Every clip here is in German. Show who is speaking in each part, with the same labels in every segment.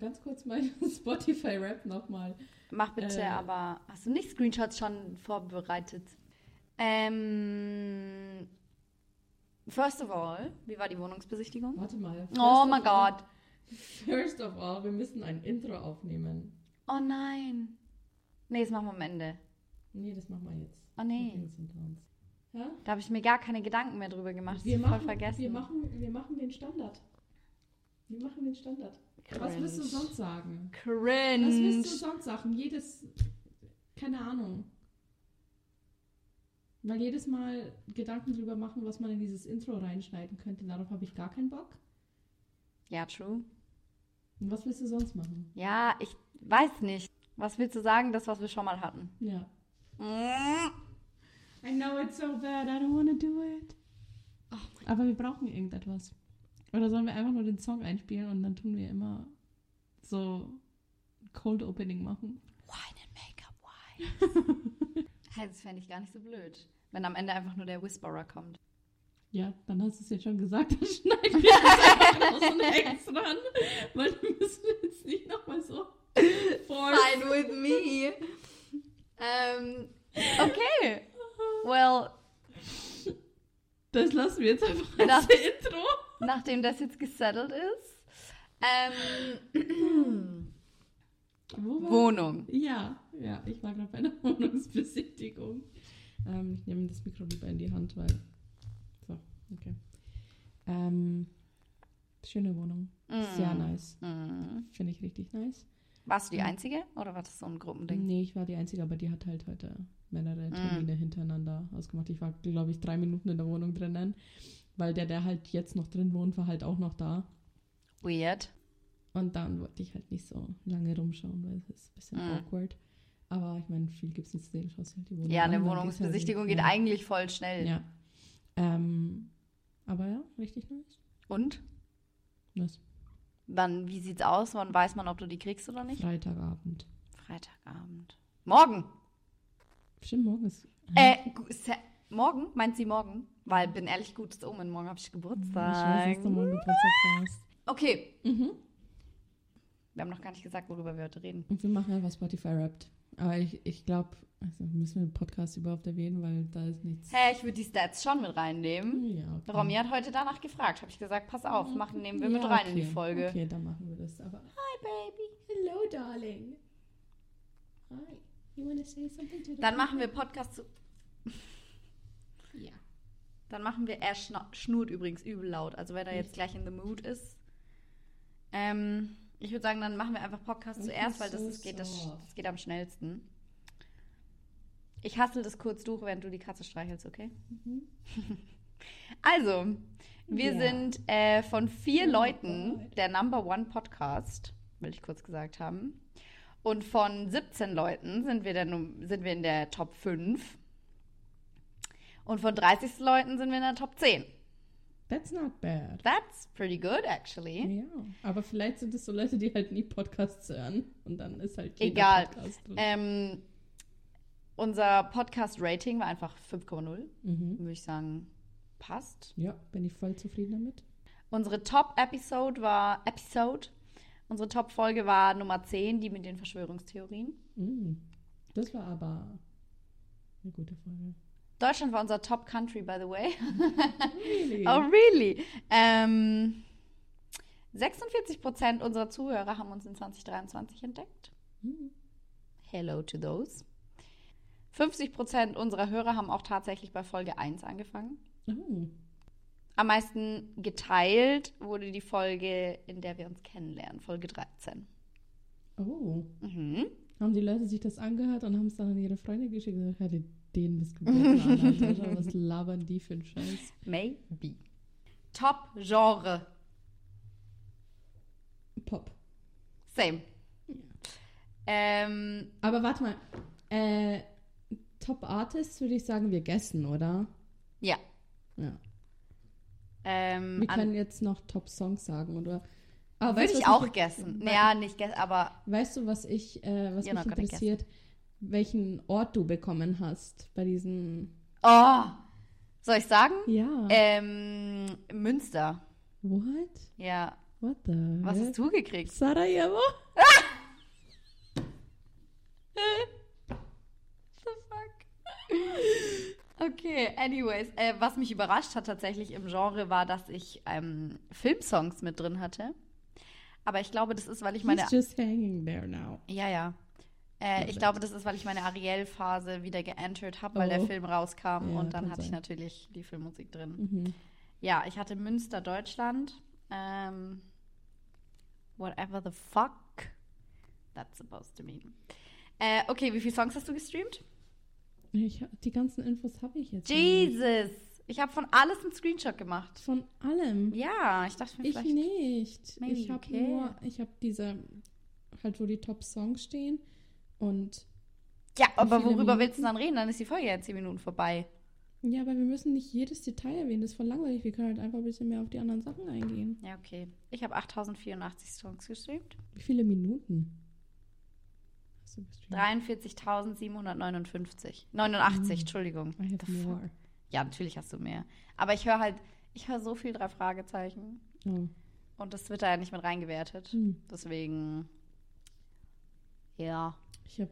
Speaker 1: ganz kurz meinen Spotify-Rap nochmal.
Speaker 2: Mach bitte,
Speaker 1: Äh.
Speaker 2: aber hast du nicht Screenshots schon vorbereitet? Ähm, first of all, wie war die Wohnungsbesichtigung?
Speaker 1: Warte mal. First
Speaker 2: Oh
Speaker 1: of
Speaker 2: mein
Speaker 1: all-
Speaker 2: Gott.
Speaker 1: First of all, wir müssen ein Intro aufnehmen.
Speaker 2: Oh nein. Nee, das machen wir am Ende.
Speaker 1: Nee, das machen wir jetzt.
Speaker 2: Oh nee.
Speaker 1: Die Dings und Downs. Ja?
Speaker 2: Da habe ich mir gar keine Gedanken mehr drüber gemacht.
Speaker 1: Wir
Speaker 2: das
Speaker 1: machen,
Speaker 2: voll vergessen.
Speaker 1: Wir machen, wir machen den Standard. Wir machen den Standard. Was willst du
Speaker 2: Cringe.
Speaker 1: sonst sagen?
Speaker 2: Cringe.
Speaker 1: Was willst du sonst sagen? Jedes, keine Ahnung. Weil jedes Mal Gedanken drüber machen, was man in dieses Intro reinschneiden könnte, darauf habe ich gar keinen Bock.
Speaker 2: ja, true.
Speaker 1: Und was willst du sonst machen?
Speaker 2: Ja, ich weiß nicht. Was willst du sagen, das, was wir schon mal hatten?
Speaker 1: Ja.
Speaker 2: Mm.
Speaker 1: I know it's so bad, I don't wanna do it. Aber wir brauchen irgendetwas. Oder sollen wir einfach nur den Song einspielen und dann tun wir immer so Cold Opening machen?
Speaker 2: Wine and Make-up Wine. hey, das fände ich gar nicht so blöd, wenn am Ende einfach nur der Whisperer kommt.
Speaker 1: Ja, dann hast du es jetzt schon gesagt, dann schneiden wir das einfach raus und hängst dran. Weil wir müssen jetzt nicht nochmal so voll.
Speaker 2: Fine with me. ähm, okay. Well,
Speaker 1: Das lassen wir jetzt einfach
Speaker 2: Das-
Speaker 1: als Intro.
Speaker 2: nachdem das jetzt gesettelt ist. Ähm,
Speaker 1: Wo war-
Speaker 2: Wohnung.
Speaker 1: Ja, ja, ich war gerade bei einer Wohnungsbesichtigung. Ähm, ich nehme das Mikro lieber in die Hand, weil. So, okay. Ähm, schöne Wohnung. Sehr nice.
Speaker 2: Mm.
Speaker 1: Finde ich richtig nice.
Speaker 2: Warst du die Einzige oder war das so ein Gruppending?
Speaker 1: Nee, ich war die Einzige, aber die hat halt heute mehrere
Speaker 2: Mm.
Speaker 1: Termine hintereinander ausgemacht. Ich war, glaube ich, drei Minuten in der Wohnung drinnen, weil der, der halt jetzt noch drin wohnt, war halt auch noch da.
Speaker 2: Weird.
Speaker 1: Und dann wollte ich halt nicht so lange rumschauen, weil es ist ein bisschen
Speaker 2: Mm.
Speaker 1: awkward. Aber ich meine, viel gibt es nicht zu sehen. Schaust dir halt die Wohnung
Speaker 2: Ja,
Speaker 1: an,
Speaker 2: eine
Speaker 1: dann
Speaker 2: Wohnungsbesichtigung
Speaker 1: geht's
Speaker 2: geht
Speaker 1: halt-
Speaker 2: eigentlich voll schnell.
Speaker 1: Ja. Ähm, aber ja, richtig nice.
Speaker 2: Und?
Speaker 1: nice.
Speaker 2: Wann, wie sieht's aus? Wann weiß man, ob du die kriegst oder nicht?
Speaker 1: Freitagabend.
Speaker 2: Freitagabend. Morgen!
Speaker 1: Bestimmt morgen ist. Hm.
Speaker 2: Äh, gu- se- morgen? Meint sie morgen? Weil, bin ehrlich, gutes Omen. Morgen habe ich
Speaker 1: Ich weiß,
Speaker 2: Geburtstag.
Speaker 1: dass du morgen Geburtstag hast.
Speaker 2: Okay.
Speaker 1: Mhm.
Speaker 2: Wir haben noch gar nicht gesagt, worüber wir heute reden.
Speaker 1: Und wir machen einfach Spotify Wrapped. Aber ich, ich glaube, also müssen wir den Podcast überhaupt erwähnen, weil da ist nichts. Hm,
Speaker 2: Hä, ich würde die Stats schon mit reinnehmen.
Speaker 1: Ja, okay.
Speaker 2: Romy hat heute danach gefragt. Habe ich gesagt, pass auf, machen, nehmen wir mit
Speaker 1: Mhm. Ja,
Speaker 2: rein in
Speaker 1: okay.
Speaker 2: die Folge.
Speaker 1: Okay, dann machen wir das. Aber hi, baby. Hello, darling. Hi. You wanna say something to the
Speaker 2: Dann machen wir Podcast zu.
Speaker 1: Ja.
Speaker 2: Dann machen wir. Er schna- schnurrt übrigens übel laut. Also, wer da jetzt
Speaker 1: Echt?
Speaker 2: gleich in the mood ist. Ähm, ich würde sagen, dann machen wir einfach Podcast
Speaker 1: Ich
Speaker 2: zuerst,
Speaker 1: bin
Speaker 2: weil das,
Speaker 1: so
Speaker 2: ist- geht, das,
Speaker 1: soft.
Speaker 2: das geht am schnellsten. Ich hassel das kurz durch, während du die Katze streichelst, okay?
Speaker 1: Mhm.
Speaker 2: Also, wir
Speaker 1: Ja.
Speaker 2: sind äh, von vier
Speaker 1: Oh
Speaker 2: Leuten
Speaker 1: Gott.
Speaker 2: der Number One Podcast, will ich kurz gesagt haben. Und von 17 Leuten sind wir, der, Num- sind wir in der Top 5. Und von 30 Leuten sind wir in der Top 10.
Speaker 1: That's not bad.
Speaker 2: That's pretty good, actually.
Speaker 1: Ja, aber vielleicht sind es so Leute, die halt nie Podcasts hören und dann ist halt jeder
Speaker 2: Egal.
Speaker 1: Podcast drin.
Speaker 2: Ähm, unser Podcast-Rating war einfach 5,0.
Speaker 1: Mhm.
Speaker 2: Würde ich sagen, passt.
Speaker 1: Ja, bin ich voll zufrieden damit.
Speaker 2: Unsere Top-Episode war Episode. Unsere Top-Folge war Nummer 10, die mit den Verschwörungstheorien.
Speaker 1: Mhm. Das war aber eine gute Folge.
Speaker 2: Deutschland war unser Top Country, by the way.
Speaker 1: Really?
Speaker 2: Oh, really? Ähm, 46 Prozent unserer Zuhörer haben uns in 2023 entdeckt.
Speaker 1: Mhm.
Speaker 2: Hello to those. 50 Prozent unserer Hörer haben auch tatsächlich bei Folge 1 angefangen.
Speaker 1: Oh.
Speaker 2: Am meisten geteilt wurde die Folge, in der wir uns kennenlernen, Folge 13.
Speaker 1: oh.
Speaker 2: Mhm.
Speaker 1: Haben die Leute sich das angehört und haben es dann an ihre Freunde geschickt und gesagt, hatte den bis Alter, schau, was labern die für einen Scheiß.
Speaker 2: Maybe. Top Genre.
Speaker 1: Pop.
Speaker 2: Same.
Speaker 1: Ja.
Speaker 2: Ähm,
Speaker 1: Aber warte mal. Äh, Top Artists würde ich sagen, wir gessen, oder?
Speaker 2: ja.
Speaker 1: Ja.
Speaker 2: Ähm,
Speaker 1: Wir
Speaker 2: an-
Speaker 1: können jetzt noch Top Songs sagen, oder? Ah,
Speaker 2: Würde
Speaker 1: weißt du,
Speaker 2: ich
Speaker 1: was
Speaker 2: auch
Speaker 1: mich-
Speaker 2: gessen. Naja, nicht gessen, aber
Speaker 1: Weißt du, was ich, äh, was mich
Speaker 2: You're not gonna
Speaker 1: interessiert? Welchen Ort du bekommen hast bei diesen.
Speaker 2: oh,
Speaker 1: Mhm.
Speaker 2: soll ich sagen?
Speaker 1: Ja.
Speaker 2: Ähm, Münster.
Speaker 1: What?
Speaker 2: Ja,
Speaker 1: What the
Speaker 2: Was
Speaker 1: heck?
Speaker 2: hast du gekriegt?
Speaker 1: Sarajevo?
Speaker 2: the fuck? Okay, anyways. Äh, was mich überrascht hat tatsächlich im Genre war, dass ich ähm, Filmsongs mit drin hatte. Aber ich glaube, das ist, weil ich meine.
Speaker 1: He's just hanging there now.
Speaker 2: Ja, ja. Äh, ich
Speaker 1: Perfekt.
Speaker 2: glaube, das ist, weil ich meine Ariel-Phase wieder geentert habe, weil
Speaker 1: Oh.
Speaker 2: der Film rauskam
Speaker 1: Ja,
Speaker 2: und dann
Speaker 1: kann
Speaker 2: hatte ich
Speaker 1: sein.
Speaker 2: natürlich die Filmmusik drin.
Speaker 1: Mhm.
Speaker 2: Ja, ich hatte Münster, Deutschland. Ähm, whatever the fuck that's supposed to mean. Äh, okay, wie viele Songs hast du gestreamt?
Speaker 1: Ich, hab- die ganzen Infos habe ich jetzt. nicht.
Speaker 2: Jesus! Ich habe von alles einen Screenshot gemacht.
Speaker 1: Von allem.
Speaker 2: Ja, ich dachte mir
Speaker 1: ich
Speaker 2: vielleicht.
Speaker 1: nicht.
Speaker 2: Maybe
Speaker 1: ich
Speaker 2: you
Speaker 1: habe
Speaker 2: can.
Speaker 1: nur, ich habe diese, halt wo die Top-Songs stehen und
Speaker 2: Ja, aber
Speaker 1: viele
Speaker 2: worüber
Speaker 1: Minuten?
Speaker 2: willst du dann reden? Dann ist die Folge ja in 10 Minuten vorbei.
Speaker 1: ja, aber wir müssen nicht jedes Detail erwähnen, das ist voll langweilig. Wir können halt einfach ein bisschen mehr auf die anderen Sachen eingehen.
Speaker 2: Ja, okay. Ich habe 8084 Songs gestreamt.
Speaker 1: Wie viele Minuten? Hast du gestreamt?
Speaker 2: 43.759. 89,
Speaker 1: Mhm.
Speaker 2: Entschuldigung.
Speaker 1: I have
Speaker 2: The fuck?
Speaker 1: more.
Speaker 2: Ja, natürlich hast du mehr. Aber ich höre halt, ich höre so viel drei Fragezeichen.
Speaker 1: Oh.
Speaker 2: Und das wird da ja nicht mit reingewertet.
Speaker 1: Hm.
Speaker 2: Deswegen. Ja.
Speaker 1: Ich habe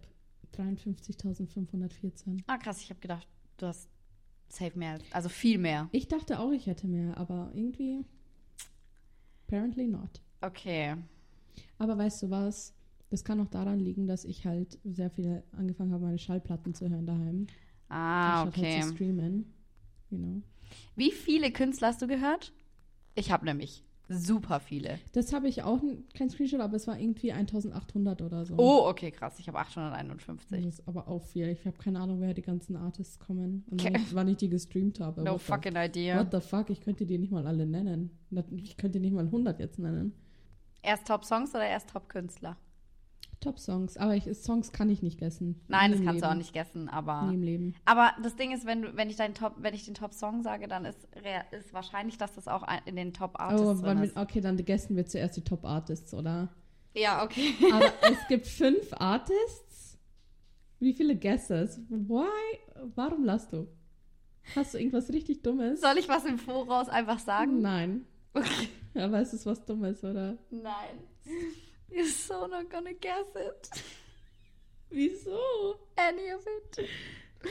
Speaker 1: 53.514.
Speaker 2: Ah, krass, ich habe gedacht, du hast safe mehr. als- Also viel mehr.
Speaker 1: Ich dachte auch, ich hätte mehr, aber irgendwie. Apparently not.
Speaker 2: Okay.
Speaker 1: Aber weißt du was? Das kann auch daran liegen, dass ich halt sehr viele angefangen habe, meine Schallplatten zu hören daheim.
Speaker 2: Ah,
Speaker 1: anstatt Halt zu
Speaker 2: okay.
Speaker 1: streamen. You know.
Speaker 2: Wie viele Künstler hast du gehört? Ich habe nämlich super viele.
Speaker 1: Das habe ich auch, n- kein Screenshot, aber es war irgendwie 1800 oder so.
Speaker 2: Oh, okay, krass. Ich habe 851.
Speaker 1: Das ist aber auch viel. Ich habe keine Ahnung, woher die ganzen Artists kommen und
Speaker 2: Okay.
Speaker 1: wann, ich, wann ich die gestreamt habe.
Speaker 2: No
Speaker 1: What the-
Speaker 2: fucking idea.
Speaker 1: What the fuck? Ich könnte die nicht mal alle nennen. Na- Ich könnte nicht mal 100 jetzt nennen.
Speaker 2: Erst Top-Songs oder erst Top-Künstler?
Speaker 1: Top-Songs. Aber ich, Songs kann ich nicht gessen.
Speaker 2: Nein,
Speaker 1: Nie
Speaker 2: das
Speaker 1: im
Speaker 2: kannst du auch
Speaker 1: Leben.
Speaker 2: nicht guessen, aber.
Speaker 1: Nie im Leben.
Speaker 2: Aber das Ding ist, wenn, du, wenn, ich, deinen Top, wenn ich den Top-Song sage, dann ist, rea- ist wahrscheinlich, dass das auch ein- in den
Speaker 1: Oh,
Speaker 2: Top-Artists
Speaker 1: weil
Speaker 2: drin
Speaker 1: wir,
Speaker 2: ist.
Speaker 1: okay, dann gessen wir zuerst die Top-Artists, oder?
Speaker 2: Ja, okay.
Speaker 1: Aber es gibt fünf Artists? Wie viele Guesses? Why? Warum lachst du? Hast du irgendwas richtig Dummes?
Speaker 2: Soll ich was im Voraus einfach sagen?
Speaker 1: Nein.
Speaker 2: Okay.
Speaker 1: Aber es ist was Dummes, oder?
Speaker 2: Nein. You're so not gonna guess it.
Speaker 1: Wieso?
Speaker 2: Any of it.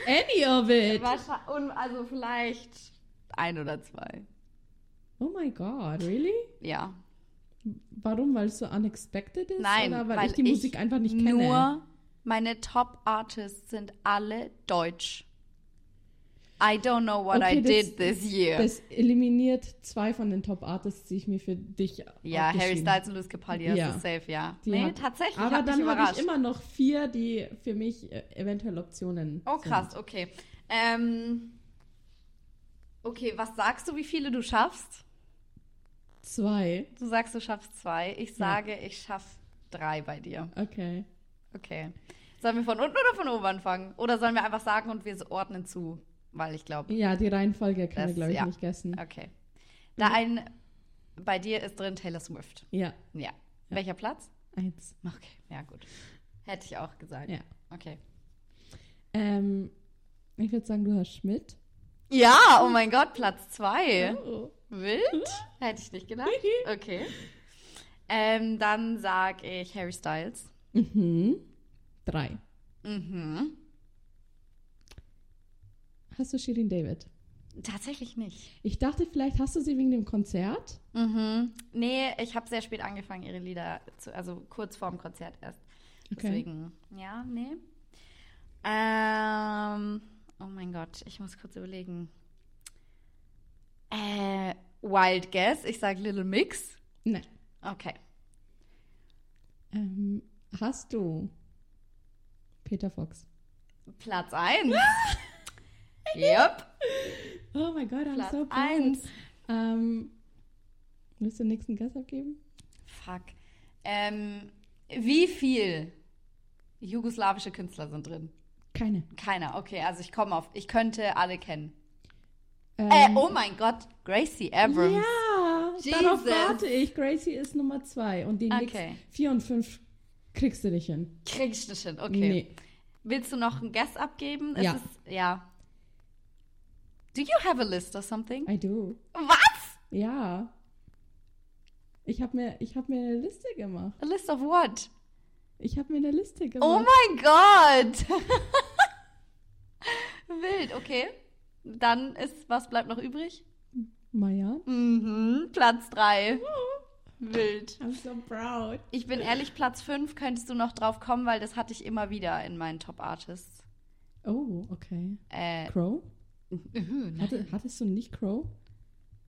Speaker 1: Any of it!
Speaker 2: Wahrscheinlich, und also vielleicht ein oder zwei.
Speaker 1: Oh my god, really?
Speaker 2: Ja.
Speaker 1: Warum? Weil es so unexpected ist?
Speaker 2: Nein,
Speaker 1: oder weil,
Speaker 2: weil
Speaker 1: ich die Musik einfach nicht
Speaker 2: nur
Speaker 1: kenne?
Speaker 2: meine Top-Artists sind alle deutsch. I don't know what
Speaker 1: Okay,
Speaker 2: I
Speaker 1: das-
Speaker 2: did this year.
Speaker 1: Das eliminiert zwei von den Top-Artists, die ich mir für dich
Speaker 2: Ja, Harry
Speaker 1: aufgeschrieben
Speaker 2: Styles und Luis Capaldi, das
Speaker 1: Ja.
Speaker 2: ist safe, ja.
Speaker 1: Die
Speaker 2: nee,
Speaker 1: hat-
Speaker 2: tatsächlich,
Speaker 1: Aber
Speaker 2: hat mich
Speaker 1: dann habe
Speaker 2: überrascht.
Speaker 1: ich immer noch vier, die für mich äh, eventuell Optionen
Speaker 2: oh, krass,
Speaker 1: sind.
Speaker 2: okay. Ähm, okay, was sagst du, wie viele du schaffst?
Speaker 1: Zwei.
Speaker 2: Du sagst, du schaffst zwei. Ich sage, ich schaff drei bei dir.
Speaker 1: Okay.
Speaker 2: Okay. Sollen wir von unten oder von oben anfangen? Oder sollen wir einfach sagen und wir ordnen zu? Weil ich glaube,
Speaker 1: Ja, die Reihenfolge können
Speaker 2: Das-
Speaker 1: wir, glaube ich,
Speaker 2: ja. Mhm.
Speaker 1: nicht gessen.
Speaker 2: okay. Da ein, bei dir ist drin Taylor Swift.
Speaker 1: Ja,
Speaker 2: Ja. Welcher Platz?
Speaker 1: eins.
Speaker 2: Okay, ja gut. Hätte ich auch gesagt.
Speaker 1: Ja.
Speaker 2: Okay.
Speaker 1: Ähm, ich würde sagen, du hast Schmidt.
Speaker 2: Ja, oh mein Gott, Platz zwei.
Speaker 1: Oh.
Speaker 2: Wild? Hätte ich nicht gedacht. Okay. Ähm, dann sag ich Harry Styles.
Speaker 1: Mhm. Drei.
Speaker 2: Mhm.
Speaker 1: Hast du Shirin David?
Speaker 2: Tatsächlich nicht.
Speaker 1: Ich dachte, vielleicht hast du sie wegen dem Konzert.
Speaker 2: Mhm. Nee, ich habe sehr spät angefangen, ihre Lieder zu, also kurz vorm Konzert erst.
Speaker 1: Okay.
Speaker 2: Deswegen, ja, nee. Ähm, oh mein Gott, ich muss kurz überlegen. Äh, Wild Guess, ich sag Little Mix.
Speaker 1: Nein.
Speaker 2: Okay.
Speaker 1: Ähm, hast du Peter Fox?
Speaker 2: Platz 1. yep.
Speaker 1: Oh mein Gott, I'm
Speaker 2: Platz
Speaker 1: so proud.
Speaker 2: 1.
Speaker 1: Ähm, willst du den nächsten Guess abgeben?
Speaker 2: Fuck. Ähm, wie viel jugoslawische Künstler sind drin?
Speaker 1: Keine.
Speaker 2: Keiner. Okay, also ich komme auf. Ich könnte alle kennen.
Speaker 1: Ähm,
Speaker 2: Äh, oh mein Gott, Gracie Abrams.
Speaker 1: Ja,
Speaker 2: Jesus.
Speaker 1: darauf warte ich. Gracie ist Nummer zwei und die
Speaker 2: Okay.
Speaker 1: nächsten vier und fünf kriegst du nicht hin.
Speaker 2: Krieg ich nicht hin. Okay.
Speaker 1: Nee.
Speaker 2: Willst du noch einen Guess abgeben? Es
Speaker 1: Ja.
Speaker 2: Ist, ja. Do you have a list or something?
Speaker 1: I do.
Speaker 2: Was?
Speaker 1: Ja. Ich habe mir, ich hab mir eine Liste gemacht.
Speaker 2: A list of what?
Speaker 1: Ich habe mir eine Liste
Speaker 2: Oh
Speaker 1: gemacht.
Speaker 2: mein Gott! Wild, okay. Dann ist, was bleibt noch übrig?
Speaker 1: Maja?
Speaker 2: Mhm, Platz 3. Wild.
Speaker 1: I'm so proud.
Speaker 2: Ich bin ehrlich, Platz 5 könntest du noch drauf kommen, weil das hatte ich immer wieder in meinen Top Artists.
Speaker 1: Oh, okay.
Speaker 2: Äh,
Speaker 1: Crow?
Speaker 2: nein.
Speaker 1: Hatte, hattest du nicht Crow?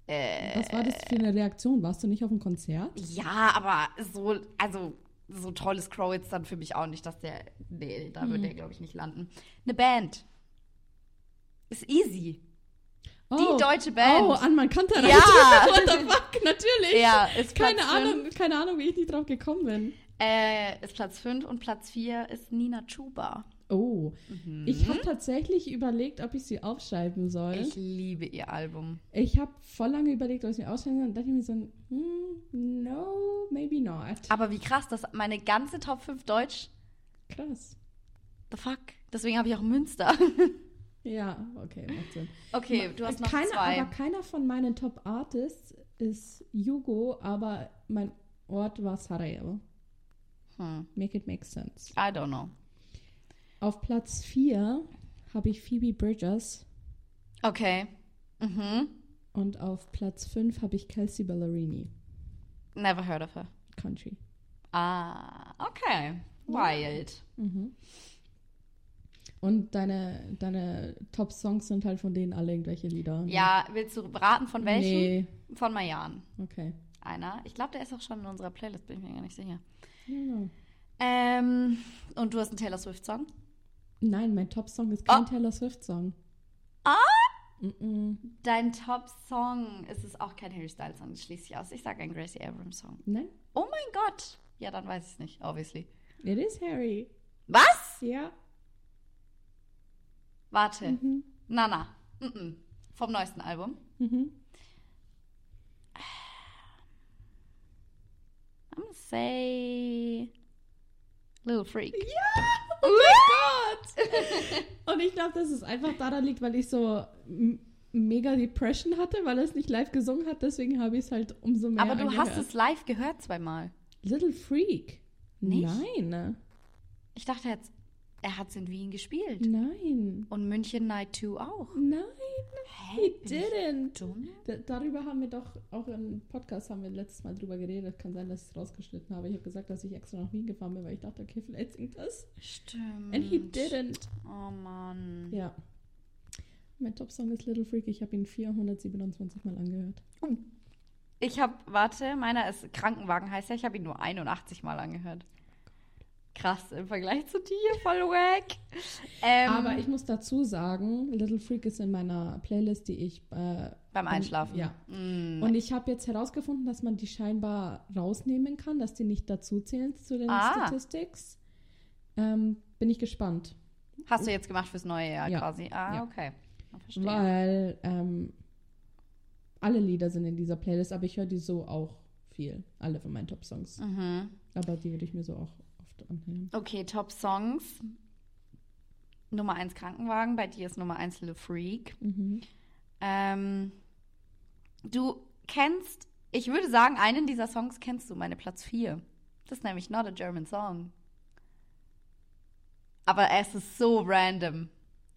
Speaker 2: äh,
Speaker 1: Was war das für eine Reaktion? Warst du nicht auf dem Konzert?
Speaker 2: ja, aber so, also so toll ist Crow jetzt dann für mich auch nicht, dass der, nee, da
Speaker 1: Mhm.
Speaker 2: würde der, glaube ich, nicht landen. Eine Band. Ist easy.
Speaker 1: Oh.
Speaker 2: deutsche Band.
Speaker 1: Oh, an man kannte
Speaker 2: Ja.
Speaker 1: What the fuck, natürlich.
Speaker 2: Ja, ist Platz
Speaker 1: Keine
Speaker 2: fünf.
Speaker 1: Ahnung, keine Ahnung, wie ich nicht drauf gekommen bin.
Speaker 2: Äh, ist Platz 5 und Platz 4 ist Nina Chuba.
Speaker 1: Oh, ich habe tatsächlich überlegt, ob ich sie aufschreiben soll.
Speaker 2: Mhm. Ich
Speaker 1: Ich,
Speaker 2: liebe ihr Album.
Speaker 1: habe voll lange überlegt, ob ich sie aufschreiben soll. Und dachte mir so, hm, no, maybe not.
Speaker 2: Aber wie krass, dass meine ganze Top 5 Deutsch.
Speaker 1: Krass.
Speaker 2: The fuck. Deswegen habe ich auch Münster.
Speaker 1: Ja, okay, macht Sinn.
Speaker 2: Okay, du hast noch
Speaker 1: keiner,
Speaker 2: zwei.
Speaker 1: Aber keiner von meinen Top Artists ist Jugo, aber mein Ort war Sarajevo.
Speaker 2: Hm.
Speaker 1: Make it make sense.
Speaker 2: I don't know.
Speaker 1: Auf Platz 4 habe ich Phoebe Bridgers
Speaker 2: Okay. Mhm.
Speaker 1: und auf Platz 5 habe ich Kelsey Ballerini.
Speaker 2: Never heard of her.
Speaker 1: Country.
Speaker 2: Ah, okay. Wild.
Speaker 1: Und deine, deine Top-Songs sind halt von denen alle irgendwelche Lieder. ne?
Speaker 2: Ja, willst du raten von welchen?
Speaker 1: Nee,
Speaker 2: Von Mayan.
Speaker 1: okay.
Speaker 2: Einer. Ich glaube, der ist auch schon in unserer Playlist, bin ich mir gar nicht sicher.
Speaker 1: Genau.
Speaker 2: Ähm, und du hast einen Taylor Swift-Song?
Speaker 1: Nein, mein Top-Song ist kein
Speaker 2: Oh.
Speaker 1: Taylor Swift-Song.
Speaker 2: Ah!
Speaker 1: Mm-mm.
Speaker 2: Dein Top-Song ist es auch kein Harry Styles-Song, das schließe ich aus. Ich sage einen Gracie Abrams-Song.
Speaker 1: Nein,
Speaker 2: Oh mein Gott! Ja, dann weiß ich es nicht, obviously.
Speaker 1: it is Harry.
Speaker 2: Was?
Speaker 1: Ja.
Speaker 2: Warte.
Speaker 1: Mhm.
Speaker 2: Nana. Mhm. Vom neuesten Album.
Speaker 1: Mhm.
Speaker 2: I'm gonna say. Little Freak.
Speaker 1: Ja! Oh mein Gott! Und ich glaube, dass es einfach daran liegt, weil ich so m- mega Depression hatte, weil er es nicht live gesungen hat. Deswegen habe ich es halt umso mehr
Speaker 2: Aber du hast
Speaker 1: angehört.
Speaker 2: es live gehört zweimal.
Speaker 1: Little Freak.
Speaker 2: Nicht?
Speaker 1: Nein.
Speaker 2: Ich dachte, er hat's- er hat es in Wien gespielt.
Speaker 1: Nein.
Speaker 2: Und München Night 2 auch.
Speaker 1: Nein.
Speaker 2: Hä?
Speaker 1: He
Speaker 2: Bin ich
Speaker 1: didn't.
Speaker 2: Dumm?
Speaker 1: Da, darüber haben wir doch auch im Podcast haben wir letztes Mal drüber geredet. Kann sein, dass ich es rausgeschnitten habe. Ich habe gesagt, dass ich extra nach Wien gefahren bin, weil ich dachte, okay, vielleicht singt das.
Speaker 2: Stimmt.
Speaker 1: And he didn't.
Speaker 2: Oh Mann.
Speaker 1: Ja. Mein Top-Song ist Little Freak. Ich habe ihn 427 Mal angehört.
Speaker 2: Ich habe, warte, meiner ist Krankenwagen heißt er. Ich habe ihn nur 81 Mal angehört. Krass im Vergleich zu dir, voll wack. Ähm,
Speaker 1: Aber ich muss dazu sagen, Little Freak ist in meiner Playlist, die ich. Äh,
Speaker 2: beim Einschlafen.
Speaker 1: Ja.
Speaker 2: Mm.
Speaker 1: Und ich habe jetzt herausgefunden, dass man die scheinbar rausnehmen kann, dass die nicht dazu zählen zu den
Speaker 2: Ah.
Speaker 1: Statistics. Ähm, bin ich gespannt,
Speaker 2: Hast du jetzt gemacht fürs neue Jahr
Speaker 1: Ja.
Speaker 2: quasi? Ah,
Speaker 1: Ja.
Speaker 2: okay. Verstehe.
Speaker 1: weil ähm, alle Lieder sind in dieser Playlist, aber ich höre die so auch viel. Alle von meinen Top-Songs.
Speaker 2: Mhm.
Speaker 1: Aber die würde ich mir so auch oft anhören.
Speaker 2: Okay, Top Songs. Nummer 1 Krankenwagen, bei dir ist Nummer 1 Little Freak.
Speaker 1: Mhm.
Speaker 2: Ähm, du kennst, ich würde sagen, einen dieser Songs kennst du, meine Platz 4. Das ist nämlich Not a German Song. Aber es ist so random.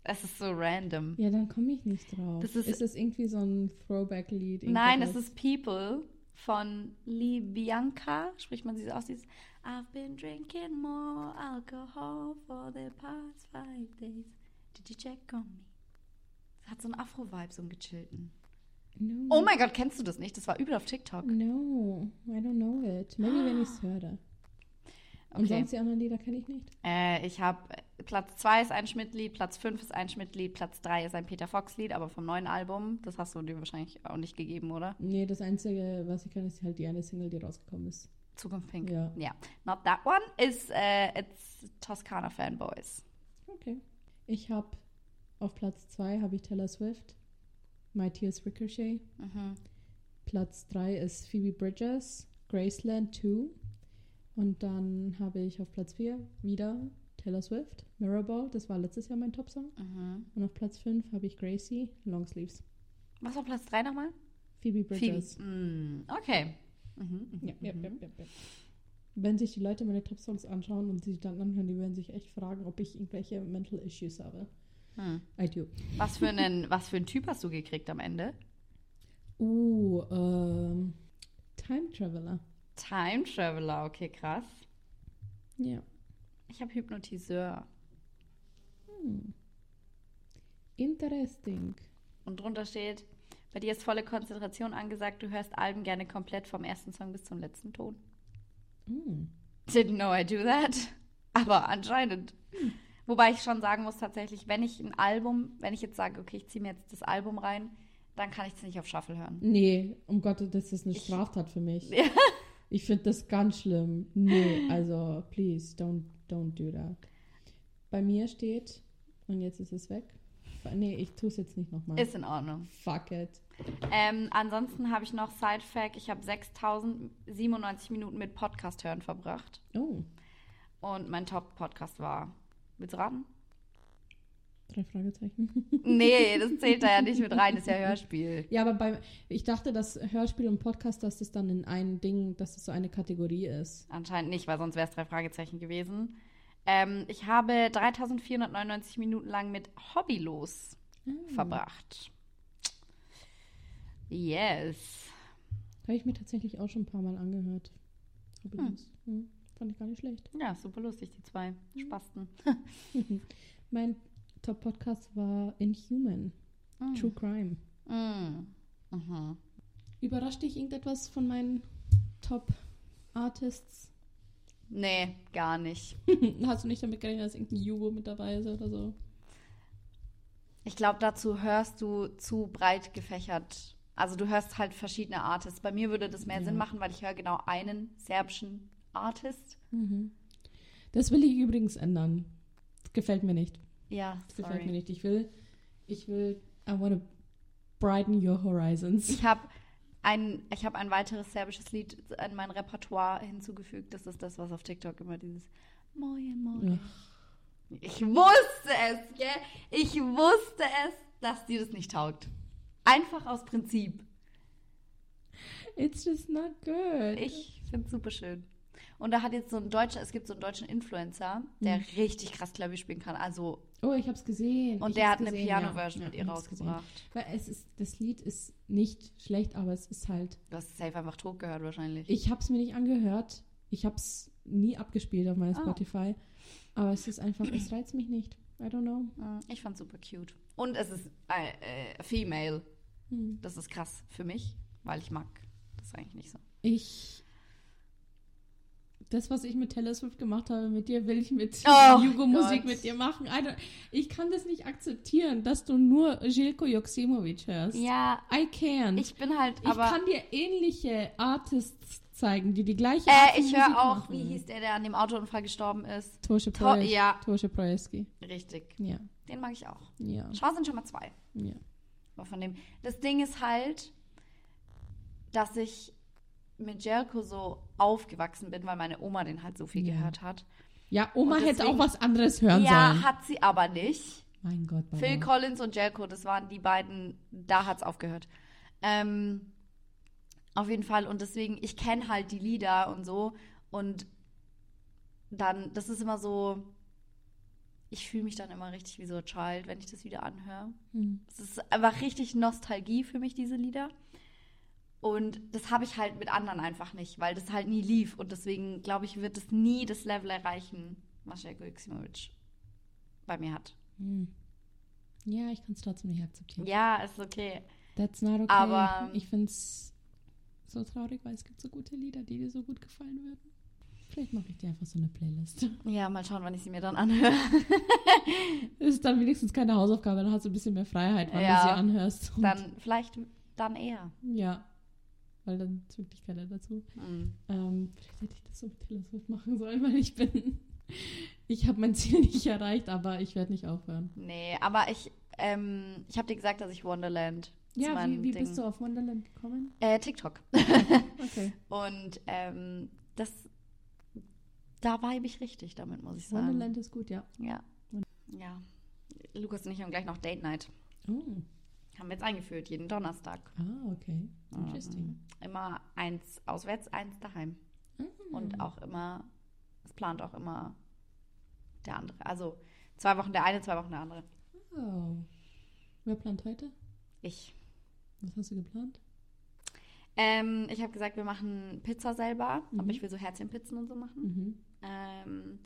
Speaker 2: Es ist so random.
Speaker 1: Ja, dann komme ich nicht drauf.
Speaker 2: Das
Speaker 1: Das
Speaker 2: ist-
Speaker 1: ist, ist das irgendwie so ein Throwback-Lied?
Speaker 2: Nein, es
Speaker 1: Irgendwas?
Speaker 2: ist People von Libianca. Spricht man sie so aus? Dieses I've been drinking more alcohol for the past five days. Did you check on me? Es hat so einen Afro-Vibe, so einen gechillten.
Speaker 1: No.
Speaker 2: Oh mein Gott, kennst du das nicht? Das war übel auf TikTok.
Speaker 1: No, I don't know it. Maybe wenn ich es höre. Und
Speaker 2: Okay.
Speaker 1: sonst die anderen Lieder kenne ich nicht.
Speaker 2: Äh, ich habe Platz 2 ist ein Schmidt-Lied, Platz 5 ist ein Schmidt-Lied, Platz 3 ist ein Peter Fox-Lied, aber vom neuen Album. Das hast du dir wahrscheinlich auch nicht gegeben, oder?
Speaker 1: Nee, das Einzige, was ich kann, ist halt die eine Single, die rausgekommen ist.
Speaker 2: Zukunft Pink.
Speaker 1: Ja.
Speaker 2: Not that one ist äh, it's Toskana Fanboys.
Speaker 1: Okay. Ich habe auf Platz 2 habe ich Taylor Swift, My Tears Ricochet.
Speaker 2: Mhm.
Speaker 1: Platz 3 ist Phoebe Bridges, Graceland 2. Und dann habe ich auf Platz 4 wieder Taylor Swift, Mirrorball. Das war letztes Jahr mein Topsong.
Speaker 2: Mhm.
Speaker 1: Und auf Platz 5 habe ich Gracie, Longsleeves.
Speaker 2: Was war Platz 3 nochmal?
Speaker 1: Phoebe
Speaker 2: Phoebe.
Speaker 1: Bridges.
Speaker 2: Mm, okay. Mhm, mhm,
Speaker 1: Ja, ja,
Speaker 2: mhm.
Speaker 1: ja, ja, ja. Wenn sich die Leute meine Top-Songs anschauen und sie dann anhören, die werden sich echt fragen, ob ich irgendwelche Mental Issues habe.
Speaker 2: Hm.
Speaker 1: I do.
Speaker 2: Was, für einen, was für einen Typ hast du gekriegt am Ende?
Speaker 1: Uh, ähm, Time Traveler.
Speaker 2: Time Traveler, okay, krass.
Speaker 1: Ja.
Speaker 2: Ich habe Hypnotiseur.
Speaker 1: Hm. Interesting.
Speaker 2: Und drunter steht, bei dir ist volle Konzentration angesagt, du hörst Alben gerne komplett vom ersten Song bis zum letzten Ton.
Speaker 1: Hm.
Speaker 2: Didn't know I do that. Aber anscheinend. Wobei ich schon sagen muss, tatsächlich, wenn ich ein Album, wenn ich jetzt sage, okay, ich ziehe mir jetzt das Album rein, dann kann ich es nicht auf Shuffle hören.
Speaker 1: Nee, um Gott, das ist eine
Speaker 2: Ich-
Speaker 1: Straftat für mich.
Speaker 2: Ja.
Speaker 1: Ich finde das ganz schlimm. Nee, also, please, don't, don't do that. Bei mir steht, und jetzt ist es weg. Nee, ich tue es jetzt nicht nochmal.
Speaker 2: Ist in Ordnung.
Speaker 1: Fuck it.
Speaker 2: Ähm, ansonsten habe ich noch Side-Fact, ich habe 6097 Minuten mit Podcast hören verbracht.
Speaker 1: Oh,
Speaker 2: Und mein Top-Podcast war. Willst du raten?
Speaker 1: drei Fragezeichen.
Speaker 2: Nee, das zählt da ja nicht mit rein, ist ja Hörspiel.
Speaker 1: Ja, aber bei, ich dachte, dass Hörspiel und Podcast, dass das dann in ein Ding, dass das so eine Kategorie ist.
Speaker 2: Anscheinend nicht, weil sonst wäre es drei Fragezeichen gewesen. Ähm, ich habe 3499 Minuten lang mit Hobbylos
Speaker 1: Ah. Hm.
Speaker 2: verbracht. Yes.
Speaker 1: Habe ich mir tatsächlich auch schon ein paar Mal angehört. Hab ich
Speaker 2: Hm.
Speaker 1: das. Hm. Fand ich gar nicht schlecht.
Speaker 2: Ja, super lustig, die zwei Spasten.
Speaker 1: Mein Top-Podcast war Inhuman,
Speaker 2: Mm.
Speaker 1: True Crime.
Speaker 2: Mm. Mhm.
Speaker 1: Überrascht dich irgendetwas von meinen Top-Artists?
Speaker 2: Nee, gar nicht.
Speaker 1: Hast du nicht damit gerechnet, dass irgendein Jugo mit dabei ist oder so?
Speaker 2: Ich glaube, dazu hörst du zu breit gefächert. Also du hörst halt verschiedene Artists. Bei mir würde das mehr
Speaker 1: Ja.
Speaker 2: Sinn machen, weil ich höre genau einen serbischen Artist.
Speaker 1: Mhm. Das will ich übrigens ändern. Das gefällt mir nicht.
Speaker 2: Ja,
Speaker 1: Das gefällt mir
Speaker 2: sorry.
Speaker 1: nicht. Ich will, ich will, I want to brighten your horizons.
Speaker 2: Ich habe ein, ich hab ein weiteres serbisches Lied in mein Repertoire hinzugefügt. Das ist das, was auf TikTok immer dieses Moje, Moje. Ich wusste es, gell? Ich wusste es, dass dir das nicht taugt. Einfach aus Prinzip.
Speaker 1: It's just not good.
Speaker 2: Ich finde es super schön. Und da hat jetzt so ein deutscher, es gibt so einen deutschen Influencer, der richtig krass Klavier spielen kann. Also,
Speaker 1: oh, ich hab's gesehen. Mhm.
Speaker 2: und
Speaker 1: ich
Speaker 2: der hat
Speaker 1: hab's
Speaker 2: eine
Speaker 1: gesehen,
Speaker 2: Piano-Version mit
Speaker 1: ich
Speaker 2: ihr
Speaker 1: hab's gesehen.
Speaker 2: rausgebracht.
Speaker 1: Weil es ist, das Lied ist nicht schlecht, aber es ist halt.
Speaker 2: Du hast safe einfach tot gehört wahrscheinlich.
Speaker 1: Ich hab's mir nicht angehört. Ich hab's nie abgespielt auf meiner
Speaker 2: Ah.
Speaker 1: Spotify. Aber es ist einfach, es reizt mich nicht. I don't know.
Speaker 2: Mm, Ich fand super cute. Und es ist äh, äh, female.
Speaker 1: Hm.
Speaker 2: Das ist krass für mich, weil ich mag das eigentlich nicht so.
Speaker 1: Ich. Das, was ich mit Taylor Swift gemacht habe, mit dir will ich mit
Speaker 2: Oh
Speaker 1: Jugo-Musik
Speaker 2: Gott.
Speaker 1: mit dir machen. I don't, ich kann das nicht akzeptieren, dass du nur Željko Joksimovic hörst.
Speaker 2: Ja,
Speaker 1: I can't.
Speaker 2: ich bin halt,
Speaker 1: Ich
Speaker 2: aber
Speaker 1: kann dir ähnliche Artists zeigen, die die gleiche Art
Speaker 2: äh,
Speaker 1: von
Speaker 2: ich
Speaker 1: Musik
Speaker 2: höre auch,
Speaker 1: machen.
Speaker 2: wie hieß der, der an dem Autounfall gestorben ist?
Speaker 1: Tosche
Speaker 2: To
Speaker 1: Projes-
Speaker 2: ja,
Speaker 1: Tosche Projeski.
Speaker 2: richtig.
Speaker 1: Ja,
Speaker 2: Den mag ich auch.
Speaker 1: ja,
Speaker 2: Schau, sind schon mal zwei.
Speaker 1: ja.
Speaker 2: Aber Von dem. Das Ding ist halt, dass ich mit Jelko so aufgewachsen bin, weil meine Oma den halt so viel
Speaker 1: Ja.
Speaker 2: gehört hat.
Speaker 1: Ja, Oma
Speaker 2: Und
Speaker 1: hätte auch
Speaker 2: deswegen-
Speaker 1: was anderes hören
Speaker 2: ja,
Speaker 1: sollen.
Speaker 2: hat sie aber nicht.
Speaker 1: Mein Gott, Baba.
Speaker 2: Phil Collins und Jelko, das waren die beiden, da hat's aufgehört. Ähm, auf jeden Fall. Und deswegen, ich kenne halt die Lieder und so. Und dann, das ist immer so, ich fühle mich dann immer richtig wie so ein Child, wenn ich das wieder anhöre.
Speaker 1: Hm.
Speaker 2: Es ist einfach richtig Nostalgie für mich, diese Lieder. Und das habe ich halt mit anderen einfach nicht, weil das halt nie lief. Und deswegen, glaube ich, wird es nie das Level erreichen, was Jelko Ximovic bei mir hat.
Speaker 1: Hm. Ja, ich kann es trotzdem nicht akzeptieren.
Speaker 2: Ja, ist okay.
Speaker 1: That's not okay.
Speaker 2: Aber- ähm,
Speaker 1: ich finde es so traurig, weil es gibt so gute Lieder, die dir so gut gefallen würden. Vielleicht mache ich dir einfach so eine Playlist.
Speaker 2: Ja, mal schauen, wann ich sie mir dann anhöre.
Speaker 1: Ist dann wenigstens keine Hausaufgabe, dann hast du ein bisschen mehr Freiheit, wann
Speaker 2: Ja.
Speaker 1: du sie anhörst. Und-
Speaker 2: Dann vielleicht dann eher.
Speaker 1: Ja. Weil dann zwingt dich keiner dazu.
Speaker 2: Mhm.
Speaker 1: Ähm, vielleicht hätte ich das so mit Taylor Swift machen sollen, weil ich bin. Ich habe mein Ziel nicht erreicht, aber ich werde nicht aufhören.
Speaker 2: Nee, aber ich, ähm, ich habe dir gesagt, dass ich Wonderland. das ist
Speaker 1: Ja,
Speaker 2: mein
Speaker 1: wie, wie
Speaker 2: Ding.
Speaker 1: bist du auf Wonderland gekommen?
Speaker 2: Äh, TikTok.
Speaker 1: Okay.
Speaker 2: Und ähm, das, da weibe ich richtig damit, muss ich sagen.
Speaker 1: Wonderland ist gut, ja.
Speaker 2: Ja. Ja. Lukas und ich haben gleich noch Date Night.
Speaker 1: Oh.
Speaker 2: Haben wir jetzt eingeführt, jeden Donnerstag.
Speaker 1: Ah, okay.
Speaker 2: Mhm.
Speaker 1: Interesting. Ah.
Speaker 2: Immer eins auswärts, eins daheim. Und
Speaker 1: Mhm.
Speaker 2: auch immer, es plant auch immer der andere. Also zwei Wochen der eine, zwei Wochen der andere.
Speaker 1: Oh. Wer plant heute?
Speaker 2: Ich.
Speaker 1: Was hast du geplant?
Speaker 2: Ähm, ich habe gesagt, wir machen Pizza selber,
Speaker 1: Mhm.
Speaker 2: aber ich will so Herzchenpizzen und so machen.
Speaker 1: Mhm.
Speaker 2: Ähm,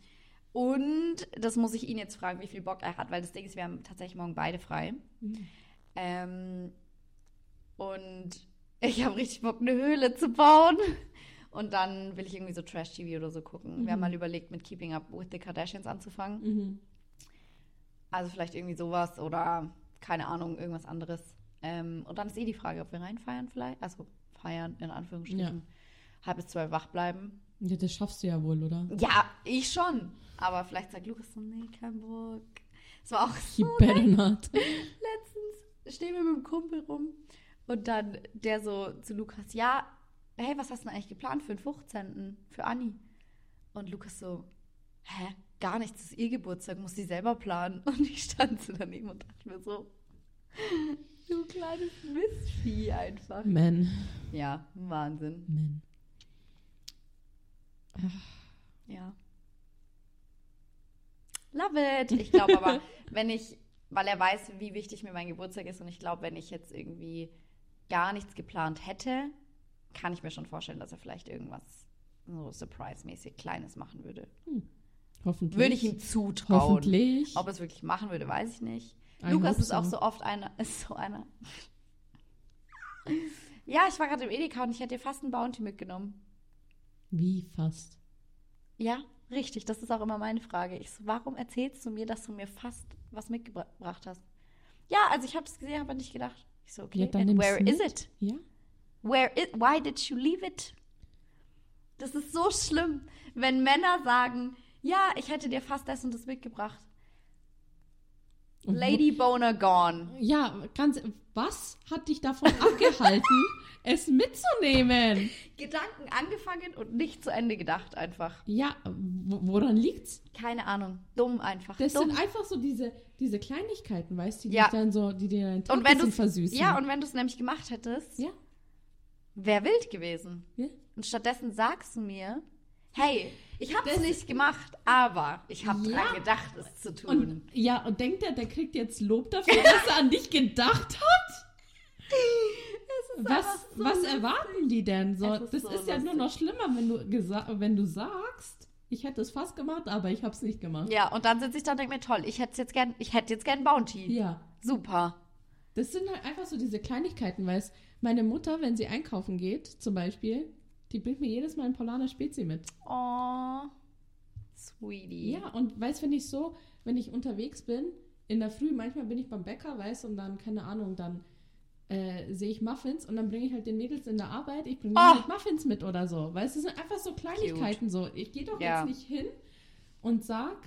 Speaker 2: und das muss ich ihn jetzt fragen, wie viel Bock er hat, weil das Ding ist, wir haben tatsächlich morgen beide frei.
Speaker 1: Mhm.
Speaker 2: Ähm, und ich habe richtig Bock, eine Höhle zu bauen. Und dann will ich irgendwie so Trash-TV oder so gucken.
Speaker 1: Mhm.
Speaker 2: Wir haben mal überlegt, mit Keeping Up with the Kardashians anzufangen.
Speaker 1: Mhm.
Speaker 2: Also vielleicht irgendwie sowas oder keine Ahnung, irgendwas anderes. Ähm, und dann ist eh die Frage, ob wir reinfeiern vielleicht. Also feiern in Anführungsstrichen. Halb bis zwölf wach bleiben.
Speaker 1: Ja, das schaffst du ja wohl, oder?
Speaker 2: Ja, ich schon. Aber vielleicht sagt Lukas so, nee, kein Bock. Es war auch
Speaker 1: You
Speaker 2: so
Speaker 1: better not.
Speaker 2: letztens stehen wir mit dem Kumpel rum und dann der so zu Lukas, ja, hey, was hast du denn eigentlich geplant für den 15. für Anni? Und Lukas so, hä, gar nichts, das ist ihr Geburtstag, muss sie selber planen. Und ich stand so daneben und dachte mir so, du kleines Mistvieh einfach.
Speaker 1: Man.
Speaker 2: Ja, Wahnsinn,
Speaker 1: Man.
Speaker 2: ja. Love it. Ich glaube aber, wenn ich, weil er weiß, wie wichtig mir mein Geburtstag ist und ich glaube, wenn ich jetzt irgendwie gar nichts geplant hätte, kann ich mir schon vorstellen, dass er vielleicht irgendwas so surprise-mäßig Kleines machen würde.
Speaker 1: Hoffentlich.
Speaker 2: Würde ich ihm zutrauen.
Speaker 1: Hoffentlich.
Speaker 2: Ob er es wirklich machen würde, weiß ich nicht.
Speaker 1: I
Speaker 2: Lukas
Speaker 1: hope
Speaker 2: ist auch
Speaker 1: so.
Speaker 2: so oft einer, ist so einer. ja, ich war gerade im Edeka und ich hätte dir fast einen Bounty mitgenommen.
Speaker 1: Wie fast.
Speaker 2: Ja, richtig. Das ist auch immer meine Frage. Ich so, warum erzählst du mir, dass du mir fast was mitgebracht hast? Ja, also ich habe es gesehen, aber nicht gedacht. Ich so, okay,
Speaker 1: Ja, dann
Speaker 2: and
Speaker 1: nimm's
Speaker 2: where is
Speaker 1: mit.
Speaker 2: it?
Speaker 1: Ja?
Speaker 2: Where is, why did you leave it? Das ist so schlimm, wenn Männer sagen, ja, ich hätte dir fast das und das mitgebracht.
Speaker 1: Und wo-
Speaker 2: Lady Boner gone.
Speaker 1: Ja, ganz. Was hat dich davon abgehalten, es mitzunehmen?
Speaker 2: Gedanken angefangen und nicht zu Ende gedacht einfach.
Speaker 1: Ja, wo- woran liegt's?
Speaker 2: Keine Ahnung. Dumm einfach.
Speaker 1: Das
Speaker 2: Dumm.
Speaker 1: sind einfach so diese, diese Kleinigkeiten, weißt du, die
Speaker 2: Ja.
Speaker 1: dich dann so, die dir deinen Tag
Speaker 2: und wenn
Speaker 1: ein bisschen
Speaker 2: du's-
Speaker 1: versüßen.
Speaker 2: Ja, und wenn du es nämlich gemacht hättest,
Speaker 1: ja,
Speaker 2: wäre wild gewesen.
Speaker 1: ja.
Speaker 2: Und stattdessen sagst du mir, hey, ich hab's nicht gemacht, aber ich hab
Speaker 1: Ja.
Speaker 2: dran gedacht, es zu tun.
Speaker 1: Und, ja, und denkt er, der kriegt jetzt Lob dafür, dass er an dich gedacht hat? Was, was erwarten die denn? So,
Speaker 2: Es ist
Speaker 1: das
Speaker 2: so
Speaker 1: ist ja nur
Speaker 2: lustig.
Speaker 1: noch schlimmer, wenn du, gesa- wenn du sagst, ich hätte es fast gemacht, aber ich habe es nicht gemacht.
Speaker 2: ja, und dann sitze ich da und denke mir, toll, ich hätte jetzt gern, ich hätte jetzt gern Bounty.
Speaker 1: ja.
Speaker 2: Super.
Speaker 1: Das sind halt einfach so diese Kleinigkeiten, weil es meine Mutter, wenn sie einkaufen geht, zum Beispiel, die bringt mir jedes Mal ein Paulaner Spezi mit.
Speaker 2: Oh, sweetie.
Speaker 1: Ja, und weißt, wenn ich so, wenn ich unterwegs bin, in der Früh, manchmal bin ich beim Bäcker, weißt, und dann, keine Ahnung, dann äh, sehe ich Muffins und dann bringe ich halt den Mädels in der Arbeit, ich bringe
Speaker 2: Oh.
Speaker 1: halt Muffins mit oder so. Weißt, das sind einfach so Kleinigkeiten so. Ich gehe doch
Speaker 2: Ja.
Speaker 1: jetzt nicht hin und sag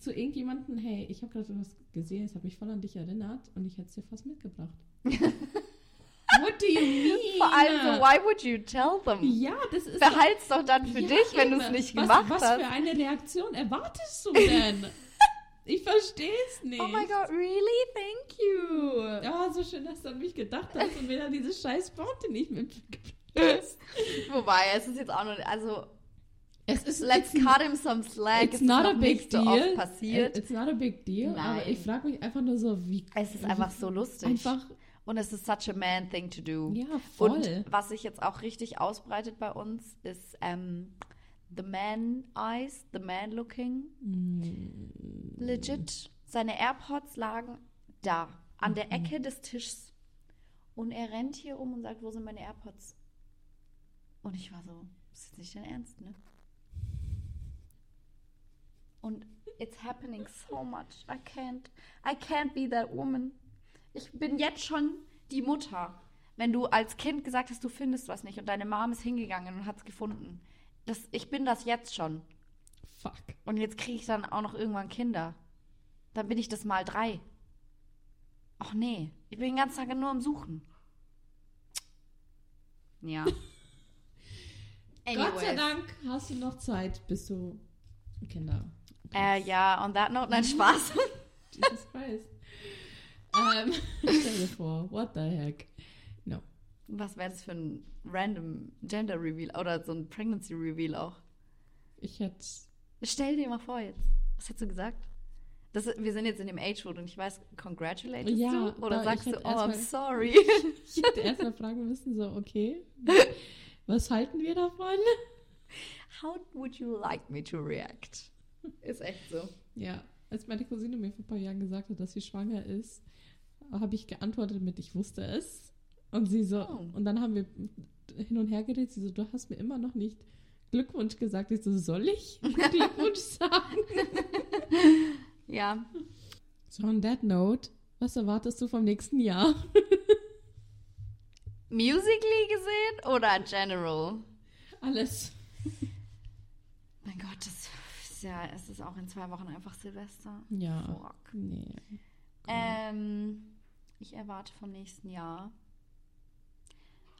Speaker 1: zu irgendjemandem, hey, ich habe gerade was gesehen, es hat mich voll an dich erinnert und ich hätte es dir fast mitgebracht. What do you mean?
Speaker 2: Vor allem so, why would you tell them?
Speaker 1: Ja, das ist
Speaker 2: Behalt's doch dann für
Speaker 1: Ja,
Speaker 2: dich, wenn du es
Speaker 1: eben.
Speaker 2: nicht
Speaker 1: was,
Speaker 2: gemacht
Speaker 1: was
Speaker 2: hast.
Speaker 1: Was für eine Reaktion erwartest du denn? ich verstehe es nicht.
Speaker 2: Oh my god, really? Thank you.
Speaker 1: Ja, so schön, dass du an mich gedacht hast und mir dann diese scheiß Worte nicht mitgebracht
Speaker 2: Wobei, es ist jetzt auch nur, also,
Speaker 1: Es ist
Speaker 2: let's
Speaker 1: it's-
Speaker 2: cut him some slack.
Speaker 1: It's
Speaker 2: es ist
Speaker 1: not
Speaker 2: noch
Speaker 1: a big
Speaker 2: nicht so
Speaker 1: deal.
Speaker 2: oft passiert.
Speaker 1: It's not a big deal. Aber
Speaker 2: Nein.
Speaker 1: ich frage mich einfach nur so, wie.
Speaker 2: Es ist
Speaker 1: wie-
Speaker 2: einfach so lustig.
Speaker 1: Einfach,
Speaker 2: Und es ist such a man thing to do.
Speaker 1: ja, voll.
Speaker 2: Und was sich jetzt auch richtig ausbreitet bei uns, ist ähm, The Man Eyes, The Man Looking.
Speaker 1: Hm.
Speaker 2: Legit. Seine AirPods lagen da, an der Ecke des Tisches. Und er rennt hier um und sagt, wo sind meine AirPods? Und ich war so, ist jetzt nicht dein Ernst, ne? Und it's happening so much. I can't, I can't be that woman. Ich bin jetzt schon die Mutter. Wenn du als Kind gesagt hast, du findest was nicht und deine Mom ist hingegangen und hat es gefunden. Das, ich bin das jetzt schon.
Speaker 1: Fuck.
Speaker 2: Und jetzt kriege ich dann auch noch irgendwann Kinder. Dann bin ich das mal drei. Ach nee, ich bin den ganzen Tag nur am Suchen. Ja.
Speaker 1: Gott sei Dank hast du noch Zeit, bis du Kinder.
Speaker 2: Äh, ja, on that note, nein, Spaß.
Speaker 1: Jesus Christ. Ähm, ähm, stell dir vor, what the heck?
Speaker 2: Was wäre das für ein random Gender Reveal oder so ein Pregnancy Reveal auch?
Speaker 1: Ich hätte.
Speaker 2: Stell dir mal vor jetzt. Was hättest du gesagt? Das, wir sind jetzt in dem Age-Wood und ich weiß, congratulates
Speaker 1: Ja,
Speaker 2: du? Oder
Speaker 1: da-
Speaker 2: sagst
Speaker 1: ich
Speaker 2: du,
Speaker 1: hätt
Speaker 2: oh, I'm
Speaker 1: erstmal-
Speaker 2: sorry?
Speaker 1: Ich hätte erstmal fragen müssen, so, okay, was halten wir davon?
Speaker 2: How would you like me to react? Ist echt so.
Speaker 1: Ja, als meine Cousine mir vor ein paar Jahren gesagt hat, dass sie schwanger ist, habe ich geantwortet mit, ich wusste es. Und sie so,
Speaker 2: Oh.
Speaker 1: und dann haben wir hin und her geredet, sie so, du hast mir immer noch nicht Glückwunsch gesagt. Ich so, soll ich Glückwunsch sagen?
Speaker 2: Ja,
Speaker 1: So, on that note, was erwartest du vom nächsten Jahr?
Speaker 2: Musically gesehen oder general?
Speaker 1: Alles.
Speaker 2: Mein Gott, das ist ja, es ist auch in zwei Wochen einfach Silvester.
Speaker 1: Ja.
Speaker 2: Fuck.
Speaker 1: Nee.
Speaker 2: Ähm, ich erwarte vom nächsten Jahr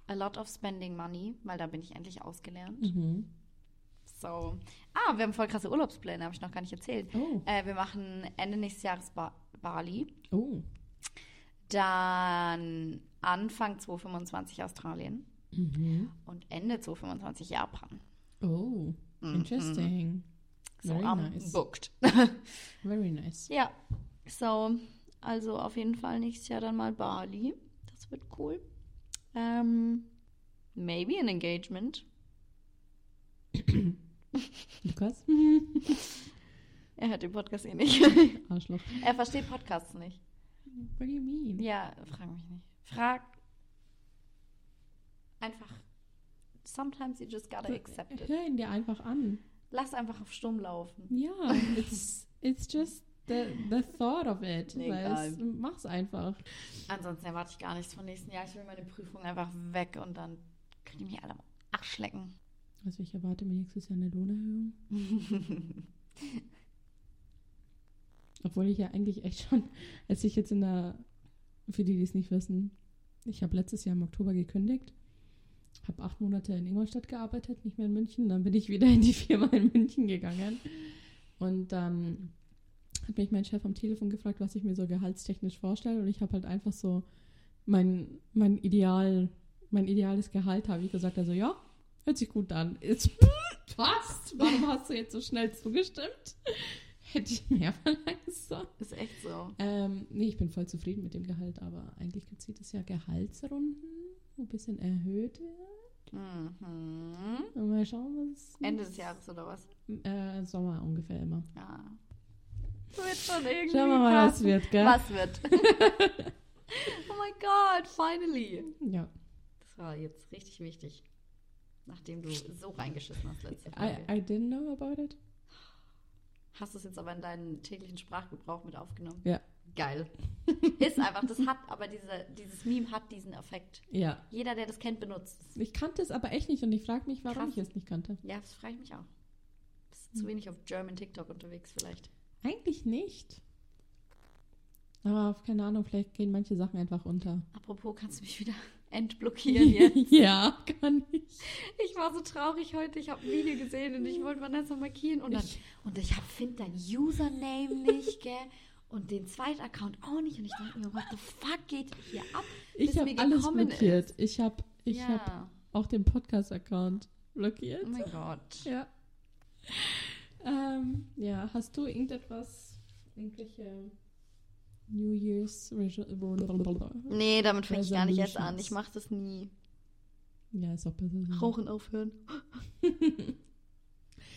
Speaker 2: a lot of spending money, weil da bin ich endlich ausgelernt.
Speaker 1: Mhm.
Speaker 2: So. Ah, wir haben voll krasse Urlaubspläne, habe ich noch gar nicht erzählt.
Speaker 1: Oh.
Speaker 2: Äh, wir machen Ende nächstes Jahres ba Bali,
Speaker 1: Oh.
Speaker 2: dann Anfang 2025 Australien
Speaker 1: Mhm.
Speaker 2: und Ende 2025 Japan. Mhm.
Speaker 1: Oh. Interesting.
Speaker 2: So
Speaker 1: Very
Speaker 2: am
Speaker 1: nice.
Speaker 2: booked.
Speaker 1: Very nice.
Speaker 2: Ja, so, also auf jeden Fall nächstes Jahr dann mal Bali. Das wird cool. Ähm, maybe an Engagement.
Speaker 1: Lukas?
Speaker 2: Er hört den Podcast eh nicht.
Speaker 1: Arschloch.
Speaker 2: er versteht Podcasts nicht.
Speaker 1: What do you mean?
Speaker 2: Ja, frag mich nicht. Frag einfach. Sometimes you just gotta accept it.
Speaker 1: Hör ihn dir einfach an.
Speaker 2: Lass einfach auf Stumm laufen.
Speaker 1: Ja, it's, it's just the, the thought of it.
Speaker 2: Egal.
Speaker 1: Weil es- Mach's einfach.
Speaker 2: Ansonsten erwarte ich gar nichts vom nächsten Jahr. Ich will meine Prüfung einfach weg und dann können die mich alle am Arsch lecken.
Speaker 1: Also ich erwarte mir nächstes Jahr eine Lohnerhöhung. Obwohl ich ja eigentlich echt schon, als ich jetzt in der, für die, die es nicht wissen, ich habe letztes Jahr im Oktober gekündigt, habe acht Monate in Ingolstadt gearbeitet, nicht mehr in München. Dann bin ich wieder in die Firma in München gegangen. Und dann hat mich mein Chef am Telefon gefragt, was ich mir so gehaltstechnisch vorstelle. Und ich habe halt einfach so mein, mein Ideal, mein ideales Gehalt, habe ich gesagt. Also ja, hört sich gut an. Ist passt. Warum hast du jetzt so schnell zugestimmt? Hätte ich mehr verlangt sollen.
Speaker 2: Ist echt so.
Speaker 1: Ähm, nee, ich bin voll zufrieden mit dem Gehalt, aber eigentlich gibt es jedes Jahr Gehaltsrunden, wo ein bisschen erhöht wird.
Speaker 2: Mhm.
Speaker 1: Mal schauen, was.
Speaker 2: Ende des Jahres Mhm, oder was?
Speaker 1: Äh, Sommer ungefähr immer.
Speaker 2: Ja. Wird schon irgendwie.
Speaker 1: Schauen wir mal, was
Speaker 2: passen.
Speaker 1: wird, gell?
Speaker 2: Was wird? oh mein Gott, finally.
Speaker 1: Ja.
Speaker 2: Das war jetzt richtig wichtig. Nachdem du so reingeschissen hast letzte Folge.
Speaker 1: I, I didn't know about it.
Speaker 2: Hast du es jetzt aber in deinen täglichen Sprachgebrauch mit aufgenommen?
Speaker 1: Ja.
Speaker 2: Geil. Ist einfach, das hat aber diese, dieses Meme hat diesen Effekt.
Speaker 1: Ja.
Speaker 2: Jeder, der das kennt, benutzt es.
Speaker 1: Ich kannte es aber echt nicht und ich frage mich, warum
Speaker 2: Krass.
Speaker 1: ich es nicht kannte.
Speaker 2: Ja, das frage ich mich auch. Bist du zu wenig auf German TikTok unterwegs vielleicht?
Speaker 1: Eigentlich nicht. Aber keine Ahnung, vielleicht gehen manche Sachen einfach unter.
Speaker 2: Apropos, kannst du mich wieder entblockieren jetzt?
Speaker 1: ja, kann ich.
Speaker 2: Ich war so traurig heute. Ich habe ein Video gesehen und ich wollte Vanessa markieren. Und, dann,
Speaker 1: Ich-
Speaker 2: und ich finde dein Username nicht, gell? Und den zweiten Account auch nicht. Und ich dachte mir, what the fuck geht hier ab?
Speaker 1: Ich
Speaker 2: bis
Speaker 1: habe
Speaker 2: mir
Speaker 1: alles
Speaker 2: gekommen
Speaker 1: blockiert. Ich habe ich hab
Speaker 2: ja.
Speaker 1: auch den Podcast-Account blockiert.
Speaker 2: Oh mein Gott.
Speaker 1: Ja. Ähm, ja, hast du irgendetwas, irgendwelche New Year's Resol-
Speaker 2: Nee, damit fange ich gar nicht erst an. Ich mache das nie.
Speaker 1: Ja, ist auch besser. so.
Speaker 2: Rauchen aufhören.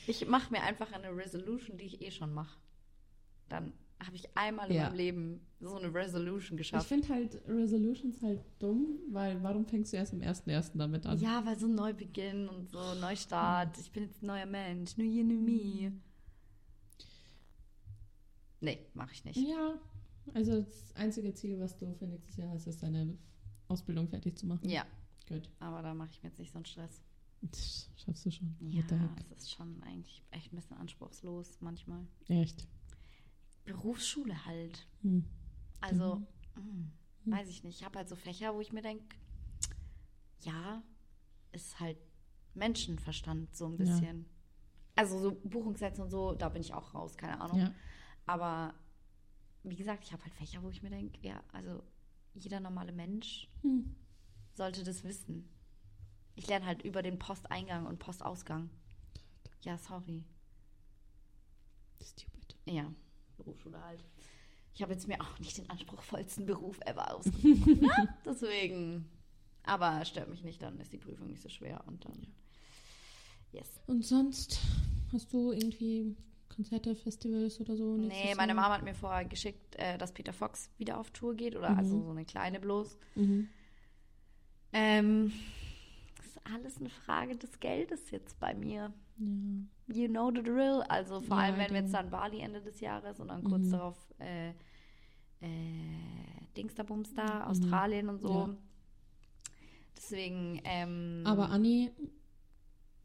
Speaker 2: ich mache mir einfach eine Resolution, die ich eh schon mache. Dann habe ich einmal in
Speaker 1: Ja.
Speaker 2: meinem Leben so eine Resolution
Speaker 1: Ich
Speaker 2: geschafft.
Speaker 1: finde halt Resolutions halt dumm, weil warum fängst du erst am 1.1. damit an? Hm.
Speaker 2: Ja, weil so Neubeginn und so Neustart. Ich bin jetzt ein neuer Mensch. New Year, New Me. Nee, mache ich nicht.
Speaker 1: Ja, also das einzige Ziel, was du für nächstes Jahr hast, ist deine Ausbildung fertig zu machen.
Speaker 2: Ja,
Speaker 1: Gut,
Speaker 2: aber da mache ich mir jetzt nicht so einen Stress.
Speaker 1: das schaffst du schon. What
Speaker 2: Ja,
Speaker 1: the heck?
Speaker 2: es ist schon eigentlich echt ein bisschen anspruchslos manchmal.
Speaker 1: Echt.
Speaker 2: Berufsschule halt.
Speaker 1: Hm.
Speaker 2: Also, mh, weiß ich nicht. Ich habe halt so Fächer, wo ich mir denke, ja, ist halt Menschenverstand so ein
Speaker 1: Ja.
Speaker 2: bisschen. Also so Buchungssätze und so, da bin ich auch raus, keine Ahnung.
Speaker 1: Ja.
Speaker 2: Aber wie gesagt, ich habe halt Fächer, wo ich mir denke, ja, also jeder normale Mensch
Speaker 1: Hm.
Speaker 2: sollte das wissen. Ich lerne halt über den Posteingang und Postausgang. Ja, sorry.
Speaker 1: Stupid.
Speaker 2: Ja, Berufsschule halt. Ich habe jetzt mir auch nicht den anspruchsvollsten Beruf ever aus. Deswegen. Aber stört mich nicht, dann ist die Prüfung nicht so schwer und dann. Yes.
Speaker 1: Und sonst hast du irgendwie Konzerte, Festivals oder so? nächstes
Speaker 2: Nee, meine
Speaker 1: Jahr?
Speaker 2: Mama hat mir vorher geschickt, äh, dass Peter Fox wieder auf Tour geht oder
Speaker 1: Mhm.
Speaker 2: also so eine kleine bloß.
Speaker 1: Mhm.
Speaker 2: Ähm, das ist alles eine Frage des Geldes jetzt bei mir.
Speaker 1: Ja.
Speaker 2: You know the drill. Also vor
Speaker 1: Ja,
Speaker 2: allem, wenn wir
Speaker 1: du.
Speaker 2: jetzt dann Bali Ende des Jahres und dann kurz
Speaker 1: Mhm.
Speaker 2: darauf äh, äh, Dingsterbums da, Australien und so.
Speaker 1: Mhm. Ja.
Speaker 2: Deswegen, ähm,
Speaker 1: Aber Anni,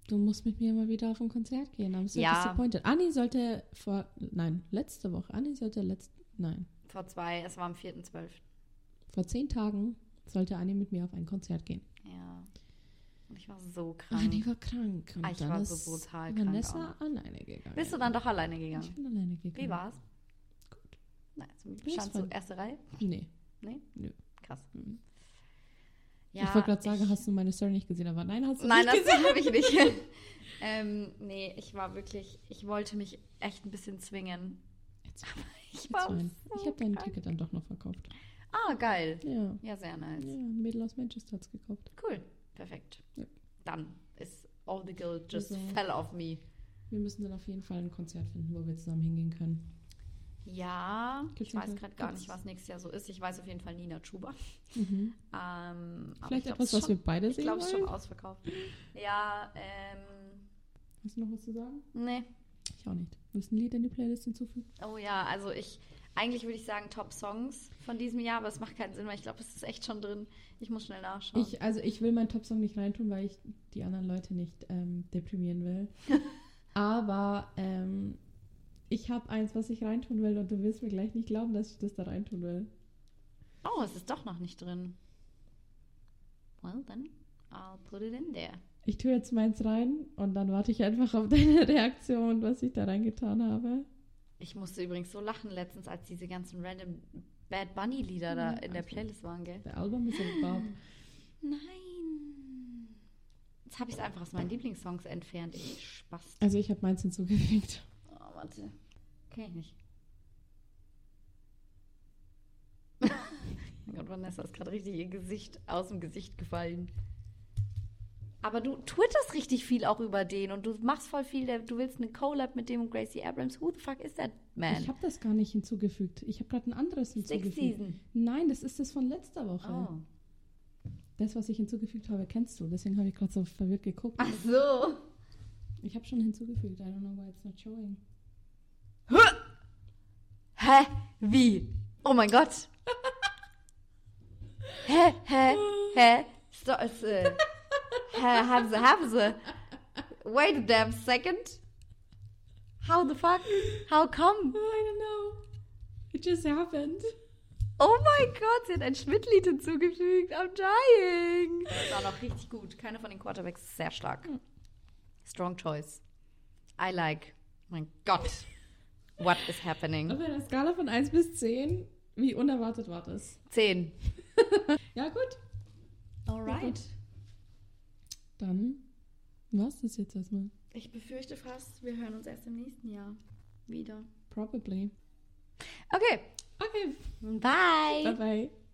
Speaker 1: du musst mit mir mal wieder auf ein Konzert gehen. I'm so
Speaker 2: Ja.
Speaker 1: disappointed. Anni sollte vor, nein, letzte Woche. Anni sollte letzt, nein,
Speaker 2: vor zwei, es war am 4.12.
Speaker 1: vor zehn Tagen sollte Anni mit mir auf ein Konzert gehen.
Speaker 2: Ja. Und ich war so
Speaker 1: Anni
Speaker 2: krank.
Speaker 1: war krank. Und
Speaker 2: Ah, ich
Speaker 1: dann
Speaker 2: war so
Speaker 1: ist
Speaker 2: brutal krank
Speaker 1: Vanessa alleine gegangen.
Speaker 2: Bist du dann doch alleine
Speaker 1: Ich
Speaker 2: gegangen?
Speaker 1: bin alleine gegangen.
Speaker 2: Wie war's?
Speaker 1: Gut.
Speaker 2: Nein, zum
Speaker 1: ist
Speaker 2: standst du
Speaker 1: voll-
Speaker 2: erste Reihe?
Speaker 1: Nee.
Speaker 2: Nee?
Speaker 1: Nö.
Speaker 2: Krass.
Speaker 1: Mhm.
Speaker 2: Ja,
Speaker 1: ich wollte gerade sagen,
Speaker 2: ich-
Speaker 1: hast du meine Story nicht gesehen, aber nein, hast du
Speaker 2: Nein,
Speaker 1: nicht
Speaker 2: das
Speaker 1: gesehen.
Speaker 2: habe ich nicht. ähm, nee, ich war wirklich, ich wollte mich echt ein bisschen zwingen.
Speaker 1: Jetzt-
Speaker 2: Ich
Speaker 1: jetzt
Speaker 2: war
Speaker 1: wein.
Speaker 2: so
Speaker 1: Ich habe dein
Speaker 2: krank.
Speaker 1: Ticket dann doch noch verkauft.
Speaker 2: Ah, geil.
Speaker 1: Ja.
Speaker 2: Ja, sehr
Speaker 1: Ja,
Speaker 2: nice.
Speaker 1: ein Mädel aus Manchester hat es gekauft.
Speaker 2: Cool. Perfekt.
Speaker 1: Ja.
Speaker 2: Dann ist all the guilt just
Speaker 1: Also-
Speaker 2: fell off me.
Speaker 1: Wir müssen dann auf jeden Fall ein Konzert finden, wo wir zusammen hingehen können.
Speaker 2: Ja,
Speaker 1: Gibt's
Speaker 2: ich weiß
Speaker 1: hinter-
Speaker 2: gerade gar nicht,
Speaker 1: gibt's-
Speaker 2: was nächstes Jahr so ist. Ich weiß auf jeden Fall Nina Chuba.
Speaker 1: Mhm.
Speaker 2: Ähm, aber
Speaker 1: Vielleicht
Speaker 2: ich glaub,
Speaker 1: etwas, was
Speaker 2: es ist
Speaker 1: wir
Speaker 2: schon,
Speaker 1: beide
Speaker 2: Ich
Speaker 1: sehen
Speaker 2: glaube, es ist schon
Speaker 1: wollen.
Speaker 2: ausverkauft. Ja, ähm,
Speaker 1: Hast du noch was zu sagen?
Speaker 2: nee.
Speaker 1: Ich auch nicht. Willst du ein Lied in die Playlist hinzufügen?
Speaker 2: Oh ja, also ich, eigentlich würde ich sagen Top-Songs von diesem Jahr, aber es macht keinen Sinn, weil ich glaube, es ist echt schon drin. Ich muss schnell nachschauen.
Speaker 1: Ich, also ich will meinen Top-Song nicht reintun, weil ich die anderen Leute nicht ähm, deprimieren will. Aber ähm, ich habe eins, was ich reintun will und du wirst mir gleich nicht glauben, dass ich das da reintun will.
Speaker 2: oh, es ist doch noch nicht drin. Well, then I'll put it in there.
Speaker 1: Ich tue jetzt meins rein und dann warte ich einfach auf deine Reaktion, was ich da reingetan habe.
Speaker 2: Ich musste übrigens so lachen letztens, als diese ganzen random Bad Bunny-Lieder da
Speaker 1: Ja,
Speaker 2: in der
Speaker 1: also-
Speaker 2: Playlist waren, gell?
Speaker 1: Der Album ist ein Bob.
Speaker 2: Nein. Jetzt habe ich es einfach aus meinen Lieblingssongs entfernt. Ich spaß.
Speaker 1: Also ich habe meins hinzugefügt.
Speaker 2: Oh, warte. Kenn ich nicht. mein Gott, Vanessa ist gerade richtig ihr Gesicht aus dem Gesicht gefallen. Aber du twitterst richtig viel auch über den und du machst voll viel. Der, du willst eine Collab mit dem und Gracie Abrams. Who the fuck is that man?
Speaker 1: Ich habe das gar nicht hinzugefügt. Ich habe gerade ein anderes
Speaker 2: Six
Speaker 1: hinzugefügt.
Speaker 2: Season.
Speaker 1: Nein, das ist das von letzter Woche.
Speaker 2: Oh.
Speaker 1: Das, was ich hinzugefügt habe, kennst du. Deswegen habe ich gerade so verwirrt geguckt.
Speaker 2: Ach so.
Speaker 1: Ich habe schon hinzugefügt. I don't know why it's not showing.
Speaker 2: Hä? Wie? Oh mein Gott. Hä? Hä? Hä? So, es, äh, hä? Haben sie, haben sie. Wait a damn second. How the fuck? How come?
Speaker 1: I don't know. It just happened.
Speaker 2: Oh mein Gott, sie hat ein Schmidtlied hinzugefügt. I'm dying. Hm. Das war noch richtig gut. Keiner von den Quarterbacks ist sehr stark. Strong choice. I like. Mein Gott. What is happening?
Speaker 1: Auf einer Skala von 1 bis 10, wie unerwartet war das?
Speaker 2: Zehn.
Speaker 1: Ja, gut.
Speaker 2: Alright.
Speaker 1: Dann war's das jetzt erstmal.
Speaker 2: Ich befürchte fast, wir hören uns erst im nächsten Jahr wieder.
Speaker 1: Probably.
Speaker 2: Okay,
Speaker 1: Okay,
Speaker 2: bye.
Speaker 1: bye bye.